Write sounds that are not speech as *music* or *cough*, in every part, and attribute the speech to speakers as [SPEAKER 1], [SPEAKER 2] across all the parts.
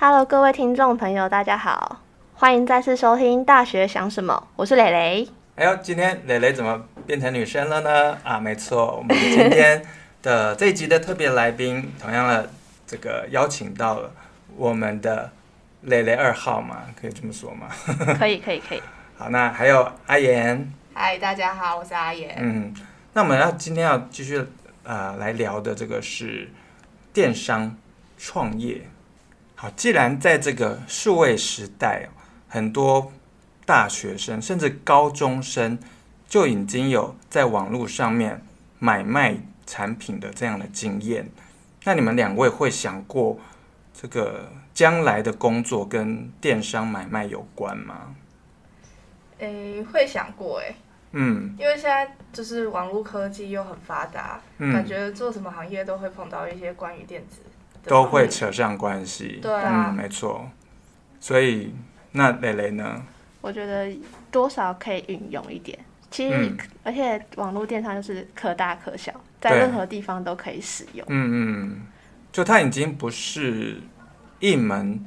[SPEAKER 1] Hello，各位听众朋友，大家好，欢迎再次收听《大学想什么》，我是蕾蕾。
[SPEAKER 2] 哎呦，今天蕾蕾怎么变成女生了呢？啊，没错，我们今天的这一集的特别来宾，同样的这个邀请到了我们的蕾蕾二号嘛，可以这么说吗？
[SPEAKER 1] *laughs* 可以，可以，可以。
[SPEAKER 2] 好，那还有阿言，
[SPEAKER 3] 嗨，大家好，我是阿妍。
[SPEAKER 2] 嗯，那我们要今天要继续呃来聊的这个是电商创业。好，既然在这个数位时代，很多大学生甚至高中生就已经有在网络上面买卖产品的这样的经验，那你们两位会想过这个将来的工作跟电商买卖有关吗？
[SPEAKER 3] 诶、会想过诶、
[SPEAKER 2] 嗯
[SPEAKER 3] 因为现在就是网络科技又很发达，感
[SPEAKER 2] 嗯，
[SPEAKER 3] 觉做什么行业都会碰到一些关于电子的
[SPEAKER 2] 都会
[SPEAKER 3] 方面
[SPEAKER 2] 扯上关系。
[SPEAKER 3] 对啊
[SPEAKER 2] 嗯，没错。所以那蕾蕾呢？
[SPEAKER 1] 我觉得多少可以运用一点，其实、
[SPEAKER 2] 嗯
[SPEAKER 1] 而且网络电商就是可大可小，在
[SPEAKER 2] 对
[SPEAKER 1] 任何地方都可以使用。
[SPEAKER 2] 嗯嗯，就它已经不是一门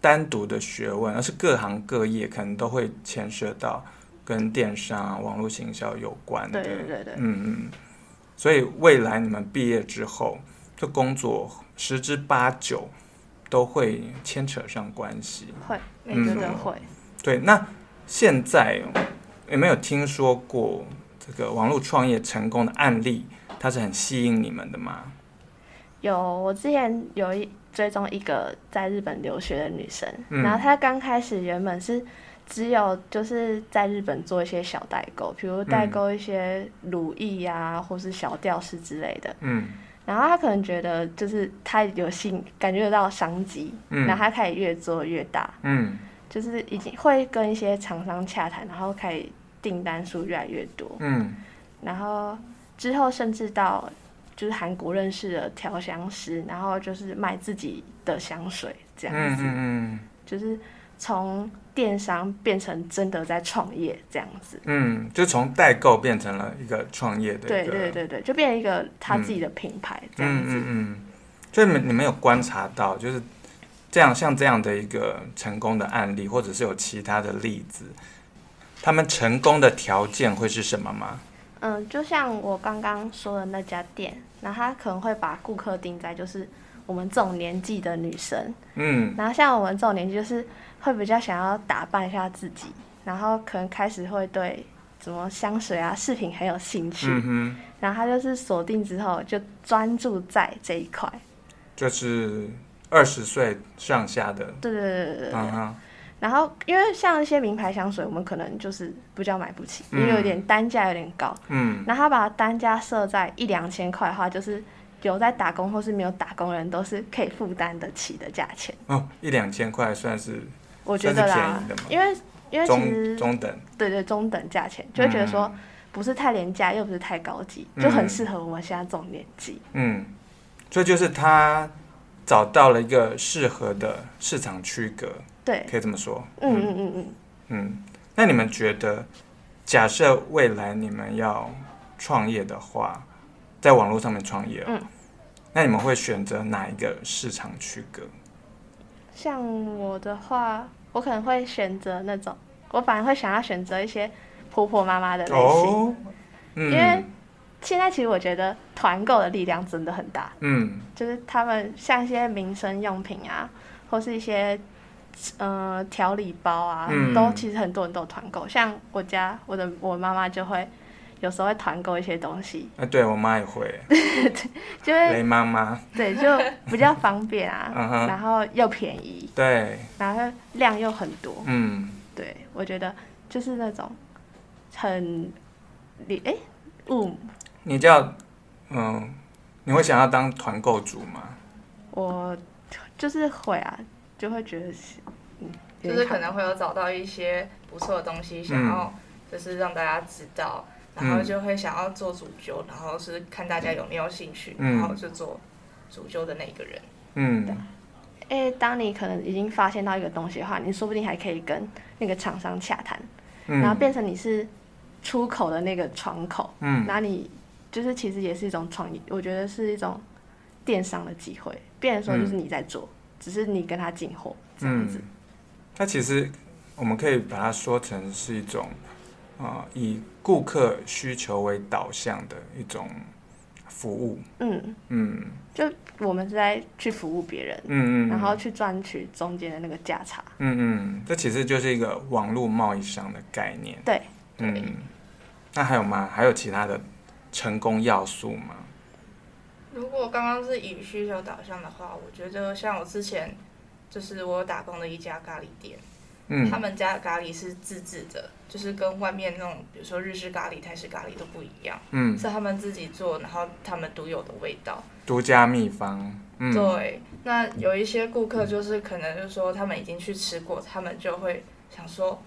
[SPEAKER 2] 单独的学问，而是各行各业可能都会牵涉到跟电商啊、网络行销有关的。
[SPEAKER 1] 对对对对，
[SPEAKER 2] 嗯嗯，所以未来你们毕业之后，这工作十之八九都会牵扯上关系。
[SPEAKER 1] 会，
[SPEAKER 3] 没
[SPEAKER 1] 我觉
[SPEAKER 3] 错
[SPEAKER 1] 得会。
[SPEAKER 2] 对，那现在有没有听说过这个网络创业成功的案例？它是很吸引你们的吗？
[SPEAKER 1] 有，我之前有一追踪一个在日本留学的女生，
[SPEAKER 2] 嗯
[SPEAKER 1] 然后她刚开始原本是只有就是在日本做一些小代购，比如代
[SPEAKER 2] 嗯
[SPEAKER 1] 购一些乳液啊，或是小吊饰之类的。
[SPEAKER 2] 嗯
[SPEAKER 1] 然后她可能觉得就是她有兴感觉得到商机，
[SPEAKER 2] 嗯
[SPEAKER 1] 然后她开始越做越大，
[SPEAKER 2] 嗯。
[SPEAKER 1] 就是已经会跟一些厂商洽谈，然后开始订单数越来越多，
[SPEAKER 2] 嗯
[SPEAKER 1] 然后之后甚至到就是韩国认识了调香师，然后就是卖自己的香水这样
[SPEAKER 2] 嗯
[SPEAKER 1] 子，
[SPEAKER 2] 嗯
[SPEAKER 1] 就是从电商变成真的在创业这样子。
[SPEAKER 2] 嗯，嗯，就从代购变成了一个创业的一
[SPEAKER 1] 对
[SPEAKER 2] 个，
[SPEAKER 1] 对对对，就变成一个他自己的品牌这样
[SPEAKER 2] 嗯
[SPEAKER 1] 子。
[SPEAKER 2] 啊嗯嗯，所以你们你们有观察到，就是这样像这样的一个成功的案例，或者是有其他的例子，他们成功的条件会是什么吗？
[SPEAKER 1] 嗯，就像我刚刚说的那家店，然后他可能会把顾客定在就是我们这种年纪的女生，
[SPEAKER 2] 嗯
[SPEAKER 1] 然后像我们这种年纪，就是会比较想要打扮一下自己，然后可能开始会对什么香水啊、饰品很有兴趣，
[SPEAKER 2] 嗯哼，
[SPEAKER 1] 然后他就是锁定之后就专注在这一块。
[SPEAKER 2] 就是二十岁上下的，
[SPEAKER 1] 对对对对对对。
[SPEAKER 2] 嗯哼，
[SPEAKER 1] 然后因为像一些名牌香水，我们可能就是比较买不起，因为
[SPEAKER 2] 嗯
[SPEAKER 1] 有点单价有点高。
[SPEAKER 2] 嗯
[SPEAKER 1] 然后他把单价设在一两千块的话，就是有在打工或是没有打工人都是可以负担得起的价钱，
[SPEAKER 2] 哦，一两千块算是
[SPEAKER 1] 我觉得啦
[SPEAKER 2] 算是便宜的吗，
[SPEAKER 1] 因为因为其
[SPEAKER 2] 中
[SPEAKER 1] 实
[SPEAKER 2] 中等，
[SPEAKER 1] 对对中等价钱，就会觉得说
[SPEAKER 2] 嗯
[SPEAKER 1] 不是太廉价，又不是太高级，就很适合我们现在这种年纪。
[SPEAKER 2] 嗯，所以就是他找到了一个适合的市场区隔，
[SPEAKER 1] 对，
[SPEAKER 2] 可以这么说。
[SPEAKER 1] 嗯嗯嗯嗯，
[SPEAKER 2] 嗯，那你们觉得，假设未来你们要创业的话，在网络上面创业、哦，
[SPEAKER 1] 嗯
[SPEAKER 2] 那你们会选择哪一个市场区隔？
[SPEAKER 1] 像我的话，我可能会选择那种，我反而会想要选择一些婆婆妈妈的类型，
[SPEAKER 2] 哦，嗯，
[SPEAKER 1] 因为现在其实我觉得团购的力量真的很大，
[SPEAKER 2] 嗯
[SPEAKER 1] 就是他们像一些民生用品啊，或是一些。呃，调理包啊，
[SPEAKER 2] 嗯
[SPEAKER 1] 都其实很多人都有团购。像我家我的我妈妈就会有时候会团购一些东西，
[SPEAKER 2] 啊，对我妈也会，
[SPEAKER 1] 就会
[SPEAKER 2] 雷妈妈，，
[SPEAKER 1] 对，就比较方便啊
[SPEAKER 2] *laughs* 嗯哼
[SPEAKER 1] 然后又便宜，
[SPEAKER 2] 对，
[SPEAKER 1] 然后量又很多。
[SPEAKER 2] 嗯
[SPEAKER 1] 对我觉得就是那种很理哎物，
[SPEAKER 2] 你叫，嗯，你会想要当团购主吗？
[SPEAKER 1] 我就是会啊，就会觉得是嗯，有点
[SPEAKER 3] 就是可
[SPEAKER 1] 卡
[SPEAKER 3] 能会有找到一些不错的东西，想要就是让大家知道，然后
[SPEAKER 2] 嗯
[SPEAKER 3] 就会想要做主揪，然后是看大家有没有兴趣，
[SPEAKER 2] 嗯
[SPEAKER 3] 然后就做主揪的那一个人。
[SPEAKER 2] 嗯
[SPEAKER 1] 因为当你可能已经发现到一个东西的话，你说不定还可以跟那个厂商洽谈，
[SPEAKER 2] 嗯，
[SPEAKER 1] 然后变成你是出口的那个窗口，
[SPEAKER 2] 嗯
[SPEAKER 1] 那你就是其实也是一种创意，我觉
[SPEAKER 2] 嗯
[SPEAKER 1] 得是一种电商的机会。变成说就是你在做，只是你跟他进货这样子。
[SPEAKER 2] 它其实我们可以把它说成是一种啊、呃以顾客需求为导向的一种服务。
[SPEAKER 1] 嗯，
[SPEAKER 2] 嗯
[SPEAKER 1] 就我们是在去服务别人，
[SPEAKER 2] 嗯嗯，
[SPEAKER 1] 然后去赚取中间的那个价差。
[SPEAKER 2] 嗯嗯，这其实就是一个网络贸易商的概念。
[SPEAKER 1] 对，
[SPEAKER 2] 嗯，那还有吗？还有其他的成功要素吗？
[SPEAKER 3] 如果刚刚是以需求导向的话，我觉得像我之前就是我有打工的一家咖喱店，
[SPEAKER 2] 嗯
[SPEAKER 3] 他们家的咖喱是自制的，就是跟外面那种比如说日式咖喱、泰式咖喱都不一样，
[SPEAKER 2] 嗯，
[SPEAKER 3] 是他们自己做，然后他们独有的味道。
[SPEAKER 2] 独家秘方。嗯，
[SPEAKER 3] 对，那有一些顾客就是可能就是说他们已经去吃过，他们就会想说，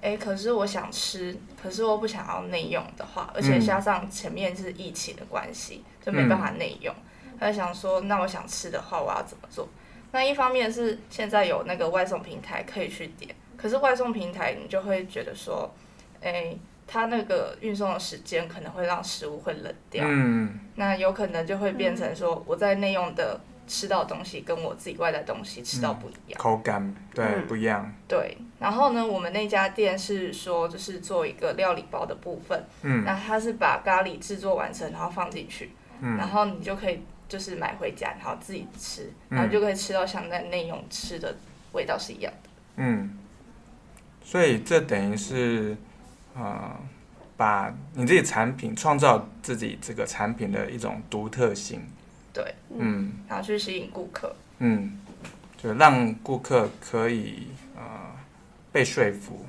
[SPEAKER 3] 哎，可是我想吃，可是我不想要内用的话，而且
[SPEAKER 2] 嗯
[SPEAKER 3] 加上前面是疫情的关系，就没办法内用。他就想说，那我想吃的话，我要怎么做？那一方面是现在有那个外送平台可以去点，可是外送平台你就会觉得说，哎，它那个运送的时间可能会让食物会冷掉。
[SPEAKER 2] 嗯
[SPEAKER 3] 那有可能就会变成说，我在内用的吃到的东西跟我自己外带的东西吃
[SPEAKER 2] 嗯
[SPEAKER 3] 到不一样。
[SPEAKER 2] 口感对、
[SPEAKER 1] 嗯
[SPEAKER 2] 不一样。
[SPEAKER 3] 对，然后呢，我们那家店是说，就是做一个料理包的部分，
[SPEAKER 2] 嗯
[SPEAKER 3] 那它是把咖喱制作完成，然后放进去，然
[SPEAKER 2] 嗯
[SPEAKER 3] 后你就可以就是买回家，然后自己吃，
[SPEAKER 2] 嗯
[SPEAKER 3] 然后就可以吃到像在内用吃的味道是一样的。
[SPEAKER 2] 嗯，所以这等于是呃，把你自己产品创造自己这个产品的一种独特性。
[SPEAKER 3] 对，
[SPEAKER 2] 嗯。
[SPEAKER 3] 然后去吸引顾客。
[SPEAKER 2] 嗯，就让顾客可以呃被说服。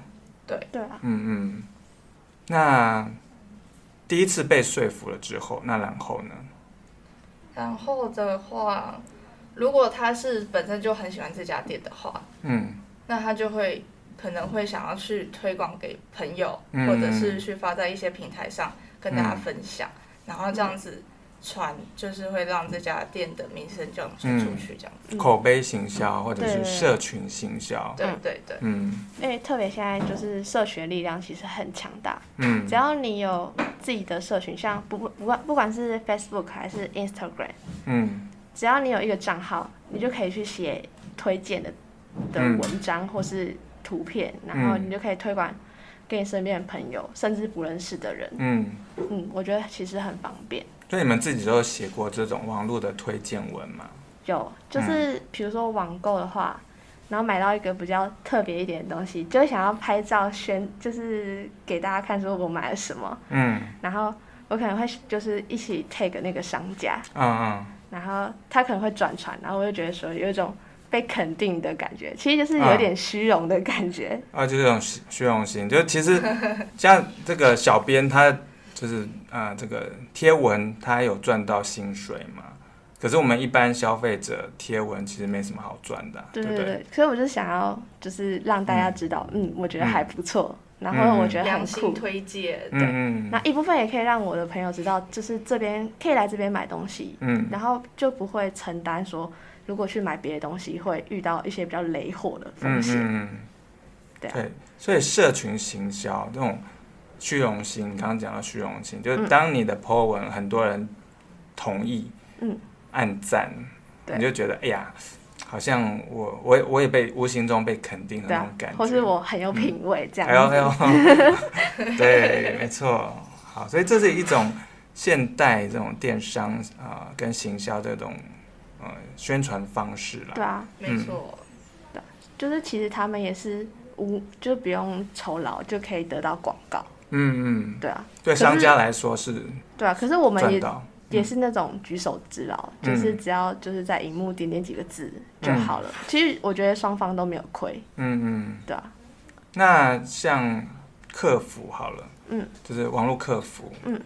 [SPEAKER 1] 对啊，
[SPEAKER 2] 嗯嗯，那第一次被说服了之后，那然后呢？
[SPEAKER 3] 然后的话，如果他是本身就很喜欢这家店的话，
[SPEAKER 2] 嗯
[SPEAKER 3] 那他就会可能会想要去推广给朋友，
[SPEAKER 2] 嗯
[SPEAKER 3] 或者是去发在一些平台上跟大家分享，然后这样子传，就是会让这家店的名声这样传出去，这样子。
[SPEAKER 1] 嗯
[SPEAKER 2] 口碑行销或者是
[SPEAKER 1] 对
[SPEAKER 2] 社群行销。
[SPEAKER 3] 对
[SPEAKER 1] 嗯
[SPEAKER 3] 对对，
[SPEAKER 2] 嗯
[SPEAKER 1] 因为特别现在就是社群力量其实很强大，
[SPEAKER 2] 嗯
[SPEAKER 1] 只要你有自己的社群，像不不管不管是 Facebook 还是 Instagram，
[SPEAKER 2] 嗯
[SPEAKER 1] 只要你有一个账号，你就可以去写推荐的的
[SPEAKER 2] 嗯
[SPEAKER 1] 文章或是图片，然后
[SPEAKER 2] 嗯
[SPEAKER 1] 你就可以推广给你身边的朋友，甚至不认识的人。
[SPEAKER 2] 嗯，
[SPEAKER 1] 嗯，我觉得其实很方便。
[SPEAKER 2] 所以你们自己都有写过这种网络的推荐文吗？
[SPEAKER 1] 有，就是比如说网购的话，然后买到一个比较特别一点的东西，就会想要拍照宣，就是给大家看说我买了什么，
[SPEAKER 2] 嗯
[SPEAKER 1] 然后我可能会就是一起 take 那个商家，
[SPEAKER 2] 嗯
[SPEAKER 1] 然后他可能会转传，然后我就觉得说有一种被肯定的感觉，其实就是有点虚荣的感觉。
[SPEAKER 2] 嗯，啊，就这种虚虚荣心，就其实像这个小编他就是啊、呃这个贴文他有赚到薪水嘛？可是我们一般消费者贴文其实没什么好赚的啊、
[SPEAKER 1] 对
[SPEAKER 2] 不
[SPEAKER 1] 对对，所以我就想要就是让大家知道，嗯我觉得还不错，然
[SPEAKER 2] 嗯
[SPEAKER 1] 后我觉得很
[SPEAKER 3] 良
[SPEAKER 1] 酷
[SPEAKER 3] 心。推介，对，
[SPEAKER 2] 嗯
[SPEAKER 1] 那
[SPEAKER 2] 嗯
[SPEAKER 1] 一部分也可以让我的朋友知道，就是这边可以来这边买东西，
[SPEAKER 2] 嗯
[SPEAKER 1] 然后就不会承担说如果去买别的东西会遇到一些比较雷货的风
[SPEAKER 2] 嗯
[SPEAKER 1] 险。
[SPEAKER 2] 嗯，
[SPEAKER 1] 对啊
[SPEAKER 2] 对，所以社群行销这种虚荣心，刚刚讲到虚荣心，就是
[SPEAKER 1] 嗯
[SPEAKER 2] 当你的 po 文很多人同意，
[SPEAKER 1] 嗯，
[SPEAKER 2] 按赞，
[SPEAKER 1] 对
[SPEAKER 2] 你就觉得哎呀，好像我我也我也被无形中被肯定的
[SPEAKER 1] 对
[SPEAKER 2] 那
[SPEAKER 1] 啊
[SPEAKER 2] 嗯种感觉，哎
[SPEAKER 1] 或是我很有品味这样
[SPEAKER 2] 还有
[SPEAKER 1] 子。 *laughs*
[SPEAKER 2] 还有，对，没错，好，所以这是一种现代这种电商啊、呃跟行销这种呃宣传方式
[SPEAKER 1] 对
[SPEAKER 2] 啦。
[SPEAKER 1] 啊，
[SPEAKER 3] 没错，
[SPEAKER 1] 就是其实他们也是无就不用酬劳就可以得到广告，
[SPEAKER 2] 嗯嗯，
[SPEAKER 1] 对啊，
[SPEAKER 2] 对
[SPEAKER 1] 可是
[SPEAKER 2] 商家来说是
[SPEAKER 1] 对啊。可是我们
[SPEAKER 2] 赚
[SPEAKER 1] 也
[SPEAKER 2] 到，
[SPEAKER 1] 也是那种举手之劳，
[SPEAKER 2] 嗯
[SPEAKER 1] 就是只要就是在荧幕点点几个字就好了。其实我觉得双方都没有亏，
[SPEAKER 2] 嗯嗯。
[SPEAKER 1] 对啊，
[SPEAKER 2] 那像客服好了，
[SPEAKER 1] 嗯，
[SPEAKER 2] 就是网络客服，
[SPEAKER 1] 嗯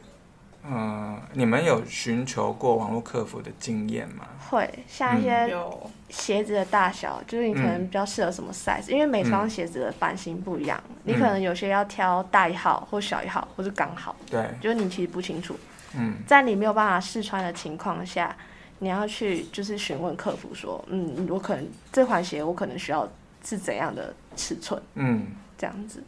[SPEAKER 2] 呃你们有寻求过网络客服的经验吗？
[SPEAKER 1] 会像一
[SPEAKER 2] 嗯
[SPEAKER 1] 些
[SPEAKER 3] 有
[SPEAKER 1] 鞋子的大小，就是你可能比较适合什么 size，、因为每
[SPEAKER 2] 嗯
[SPEAKER 1] 双鞋子的版型不一样，你可能有些要挑大一号或小一号或是刚好，
[SPEAKER 2] 对，
[SPEAKER 1] 就是你其实不清楚，
[SPEAKER 2] 嗯
[SPEAKER 1] 在你没有办法试穿的情况下，你要去就是询问客服说，嗯，我可能这款鞋我可能需要是怎样的尺寸
[SPEAKER 2] 嗯，
[SPEAKER 1] 这样子。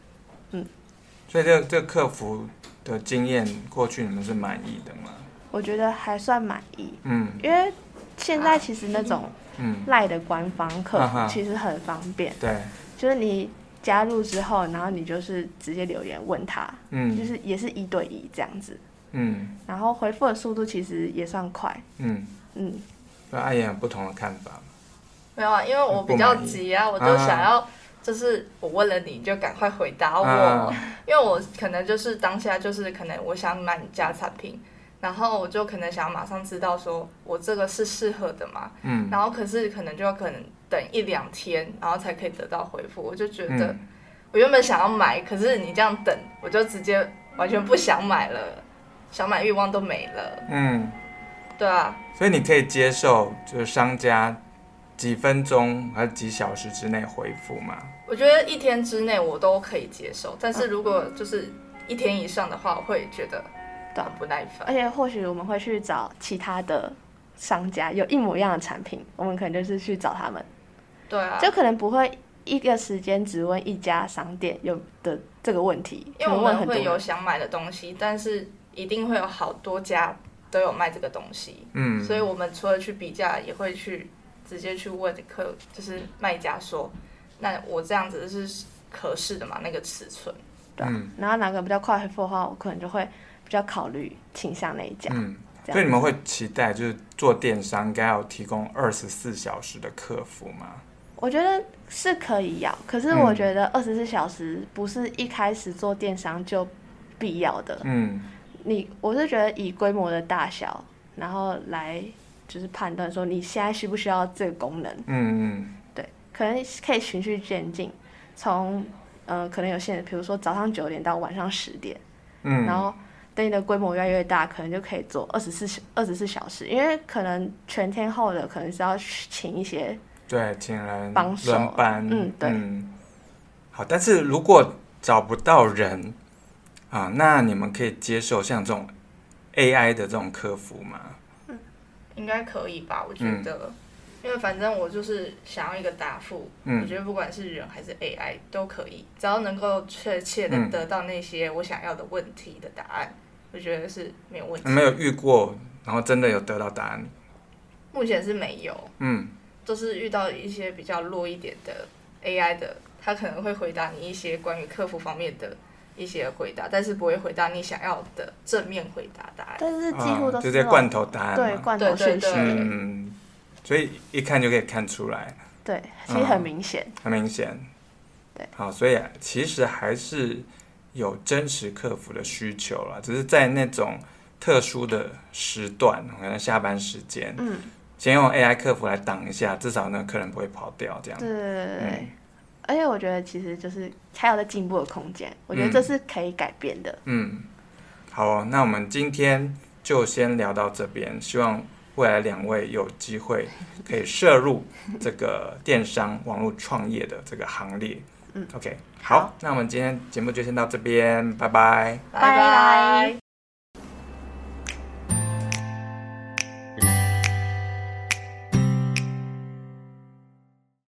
[SPEAKER 2] 所以这这客服的经验，过去你们是满意的吗？
[SPEAKER 1] 我觉得还算满意，
[SPEAKER 2] 嗯
[SPEAKER 1] 因为现在其实那种
[SPEAKER 2] 嗯，
[SPEAKER 1] 赖的官方客
[SPEAKER 2] 啊哈
[SPEAKER 1] 服其实很方便，
[SPEAKER 2] 对，
[SPEAKER 1] 就是你加入之后，然后你就是直接留言问他，就
[SPEAKER 2] 嗯
[SPEAKER 1] 是也是一对一这样子，
[SPEAKER 2] 嗯
[SPEAKER 1] 然后回复的速度其实也算快，
[SPEAKER 2] 嗯，
[SPEAKER 1] 嗯，
[SPEAKER 2] 那阿妍有不同的看法吗
[SPEAKER 3] 没有啊，因为我比较急啊，我就想要就是我问了你，你就赶快回答我，
[SPEAKER 2] 啊
[SPEAKER 3] 因为我可能就是当下就是可能我想买你家产品，然后我就可能想要马上知道说我这个是适合的嘛，
[SPEAKER 2] 嗯
[SPEAKER 3] 然后可是可能就要可能等一两天，然后才可以得到回复，我就觉得
[SPEAKER 2] 嗯
[SPEAKER 3] 我原本想要买，可是你这样等，我就直接完全不想买了，想买欲望都没了，
[SPEAKER 2] 嗯，
[SPEAKER 3] 对啊，
[SPEAKER 2] 所以你可以接受就是商家几分钟还是几小时之内回复吗？
[SPEAKER 3] 我觉得一天之内我都可以接受，但
[SPEAKER 1] 嗯
[SPEAKER 3] 是如果就是一天以上的话，我会觉得
[SPEAKER 1] 对啊
[SPEAKER 3] 很不耐烦。
[SPEAKER 1] 而且或许我们会去找其他的商家有一模一样的产品，我们可能就是去找他们，
[SPEAKER 3] 对啊，
[SPEAKER 1] 就可能不会一个时间只问一家商店有的这个问题，
[SPEAKER 3] 因为我
[SPEAKER 1] 可能问
[SPEAKER 3] 们
[SPEAKER 1] 很多
[SPEAKER 3] 会有
[SPEAKER 1] 人，
[SPEAKER 3] 想买的东西，但是一定会有好多家都有卖这个东西，
[SPEAKER 2] 嗯，
[SPEAKER 3] 所以我们除了去比价，也会去直接去问客，就是卖家说，那我这样子是合适的吗？那个尺寸？
[SPEAKER 1] 对啊
[SPEAKER 2] 嗯
[SPEAKER 1] 然后哪个比较快回复的话，我可能就会比较考虑倾向那一家，
[SPEAKER 2] 嗯，
[SPEAKER 1] 这样
[SPEAKER 2] 所以你们会期待就是做电商应该要提供二十四小时的客服吗？
[SPEAKER 1] 我觉得是可以要，可
[SPEAKER 2] 嗯
[SPEAKER 1] 是我觉得二十四小时不是一开始做电商就必要的。
[SPEAKER 2] 嗯
[SPEAKER 1] 你我是觉得以规模的大小，然后来就是判断说你现在需不需要这个功能，
[SPEAKER 2] 嗯嗯
[SPEAKER 1] 对，可能可以循序渐进，从呃可能有限，比如说早上九点到晚上十点，
[SPEAKER 2] 嗯，
[SPEAKER 1] 然后等你的规模越来越大，可能就可以做二十四二十四小时，因为可能全天候的可能是要请一些
[SPEAKER 2] 对，请人
[SPEAKER 1] 帮手
[SPEAKER 2] 轮班，
[SPEAKER 1] 嗯对
[SPEAKER 2] 好，但是如果找不到人啊，那你们可以接受像这种 AI 的这种客服吗？
[SPEAKER 3] 应该可以吧？我觉得，因为反正我就是想要一个答复。
[SPEAKER 2] 嗯
[SPEAKER 3] 我觉得不管是人还是 AI 都可以，只要能够确切的
[SPEAKER 2] 嗯
[SPEAKER 3] 得到那些我想要的问题的答案，我觉得是没有问题。
[SPEAKER 2] 你们有遇过，然后真的有得到答案？
[SPEAKER 3] 目前是没有，
[SPEAKER 2] 嗯
[SPEAKER 3] 都是遇到一些比较弱一点的 AI 的，他可能会回答你一些关于客服方面的一些回答，但是不会回答你想要的正面回答答案。
[SPEAKER 1] 但是几乎都
[SPEAKER 2] 啊
[SPEAKER 1] 是那
[SPEAKER 2] 就在
[SPEAKER 1] 种
[SPEAKER 2] 罐头答案嘛，
[SPEAKER 1] 对罐头讯息，
[SPEAKER 3] 对对对
[SPEAKER 2] 嗯，所以一看就可以看出来，
[SPEAKER 1] 对，
[SPEAKER 2] 嗯
[SPEAKER 1] 其实很明显，
[SPEAKER 2] 很明显。
[SPEAKER 1] 对，
[SPEAKER 2] 好，所以其实还是有真实客服的需求啦，只是在那种特殊的时段，可能下班时间，
[SPEAKER 1] 嗯，
[SPEAKER 2] 先用 AI 客服来挡一下，至少呢客人不会跑掉这样。
[SPEAKER 1] 对对对对对。
[SPEAKER 2] 嗯
[SPEAKER 1] 而且我觉得其实就是还有在进步的空间，我觉得这是可以改变的。
[SPEAKER 2] 嗯，好哦、那我们今天就先聊到这边，希望未来两位有机会可以涉入这个电商网络创业的这个行列。
[SPEAKER 1] 嗯
[SPEAKER 2] ，OK，
[SPEAKER 1] 好
[SPEAKER 2] 好，那我们今天节目就先到这边，拜拜。
[SPEAKER 3] 拜
[SPEAKER 1] 拜拜